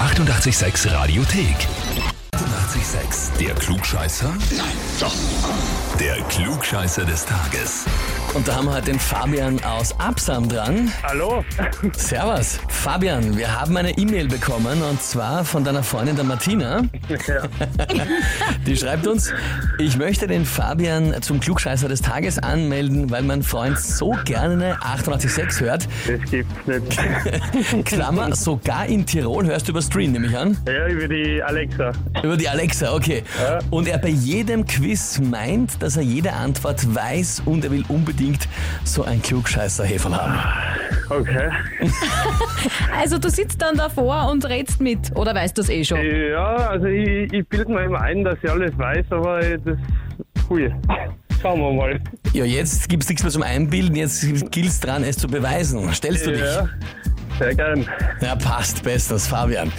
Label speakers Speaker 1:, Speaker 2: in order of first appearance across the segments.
Speaker 1: 886 Radiothek. 886. Der Klugscheißer? Nein, doch. Der Klugscheißer des Tages.
Speaker 2: Und da haben wir heute den Fabian aus Absam dran.
Speaker 3: Hallo?
Speaker 2: Servus. Fabian, wir haben eine E-Mail bekommen und zwar von deiner Freundin der Martina.
Speaker 3: Ja.
Speaker 2: Die schreibt uns, ich möchte den Fabian zum Klugscheißer des Tages anmelden, weil mein Freund so gerne 886 hört.
Speaker 3: Das gibt's nicht.
Speaker 2: Klammer, sogar in Tirol hörst du über Stream, nehme ich an.
Speaker 3: Ja, über die Alexa.
Speaker 2: Über die Alexa, okay. Und er bei jedem Quiz meint, dass er jede Antwort weiß und er will unbedingt so ein klugscheißer Heferl haben.
Speaker 3: Okay.
Speaker 4: Also du sitzt dann davor und rätst mit, oder weißt du es eh schon?
Speaker 3: Ja, also ich, ich bilde mir immer ein, dass ich alles weiß, aber das. Hui. Schauen wir mal.
Speaker 2: Ja, jetzt gibt's nichts mehr zum Einbilden, jetzt gilt's dran, es zu beweisen. Stellst du dich?
Speaker 3: Ja. Sehr gern.
Speaker 2: Ja, passt bestens, Fabian.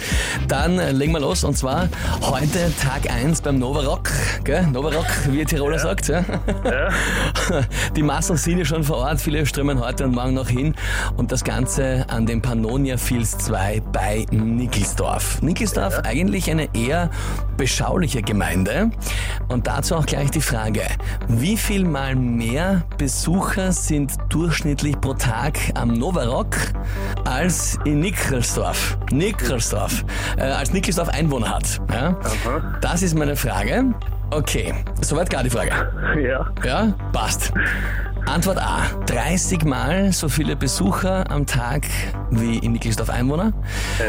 Speaker 2: Dann äh, legen wir los und zwar heute Tag 1 beim Nova Rock. Gell? Nova Rock, wie ihr Tiroler sagt. Ja?
Speaker 3: Ja.
Speaker 2: Die Massen sind ja schon vor Ort, viele strömen heute und morgen noch hin. Und das Ganze an den Pannonia Fields 2 bei Nickelsdorf. Nickelsdorf eigentlich eine eher beschauliche Gemeinde. Und dazu auch gleich die Frage, wie viel mal mehr Besucher sind durchschnittlich pro Tag am Novarock als in Nickelsdorf? Nickelsdorf, äh, als Nickelsdorf Einwohner hat. Ja?
Speaker 3: Aha.
Speaker 2: Das ist meine Frage. Okay, soweit gar die Frage.
Speaker 3: Ja.
Speaker 2: Ja, passt. Antwort A. 30 Mal so viele Besucher am Tag wie in Nickelsdorf Einwohner.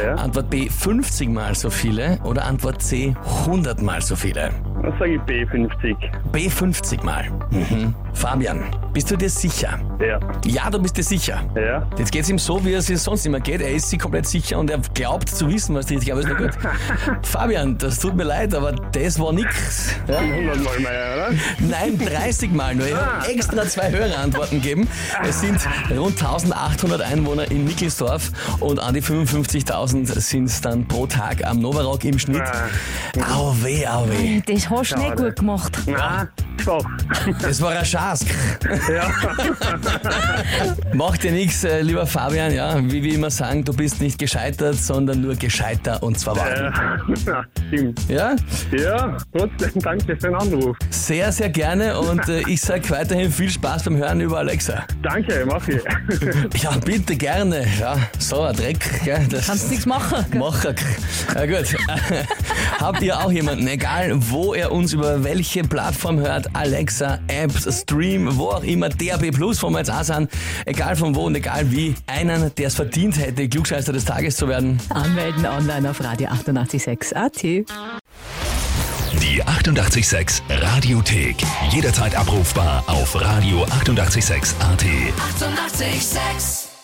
Speaker 3: Ja.
Speaker 2: Antwort B. 50 Mal so viele. Oder Antwort C. 100 Mal so viele.
Speaker 3: Dann sage ich B50.
Speaker 2: B. 50 Mal. Mhm. Fabian, bist du dir sicher?
Speaker 3: Ja.
Speaker 2: Ja, du bist dir sicher.
Speaker 3: Ja.
Speaker 2: Jetzt geht's ihm so, wie es ihr sonst immer geht. Er ist sich komplett sicher und er glaubt zu wissen, was die richtig aber ist nur gut. Fabian, das tut mir leid, aber das war nix. Ja?
Speaker 3: 100 Mal mehr, oder?
Speaker 2: Nein, 30 Mal nur. Ich habe extra zwei höhere Antworten gegeben. Es sind rund 1800 Einwohner in Nickelsdorf und an die 55.000 sind es dann pro Tag am Novarock im Schnitt.
Speaker 3: Ah,
Speaker 2: Au weh, au weh.
Speaker 4: Das hast du nicht gut gemacht.
Speaker 3: Nein. Doch.
Speaker 2: Das war ein Schaß.
Speaker 3: Ja.
Speaker 2: Macht dir nichts, äh, lieber Fabian. Ja, wie wir immer sagen, du bist nicht gescheitert, sondern nur gescheiter und zwar wahr.
Speaker 3: ja. Stimmt.
Speaker 2: Ja,
Speaker 3: Ja, trotzdem danke für den Anruf.
Speaker 2: sehr, sehr gerne und äh, ich sage weiterhin viel Spaß beim Hören über Alexa.
Speaker 3: Danke, mach ich.
Speaker 2: Ja, bitte gerne. Ja, so ein Dreck. Gell? Das
Speaker 4: Kannst nichts machen. gell?
Speaker 2: Macher. Na gut. Habt ihr auch jemanden, egal wo er uns über welche Plattform hört, Alexa, Apps, Stream, wo auch immer, DAB Plus, wo wir jetzt auch sind, egal von wo und egal wie, einen, der es verdient hätte, Klugscheißer des Tages zu werden.
Speaker 5: Anmelden online auf Radio 886 AT.
Speaker 1: Die 886 Radiothek. Jederzeit abrufbar auf radio886.at. 886! 886.
Speaker 6: Eighty-eight, sex.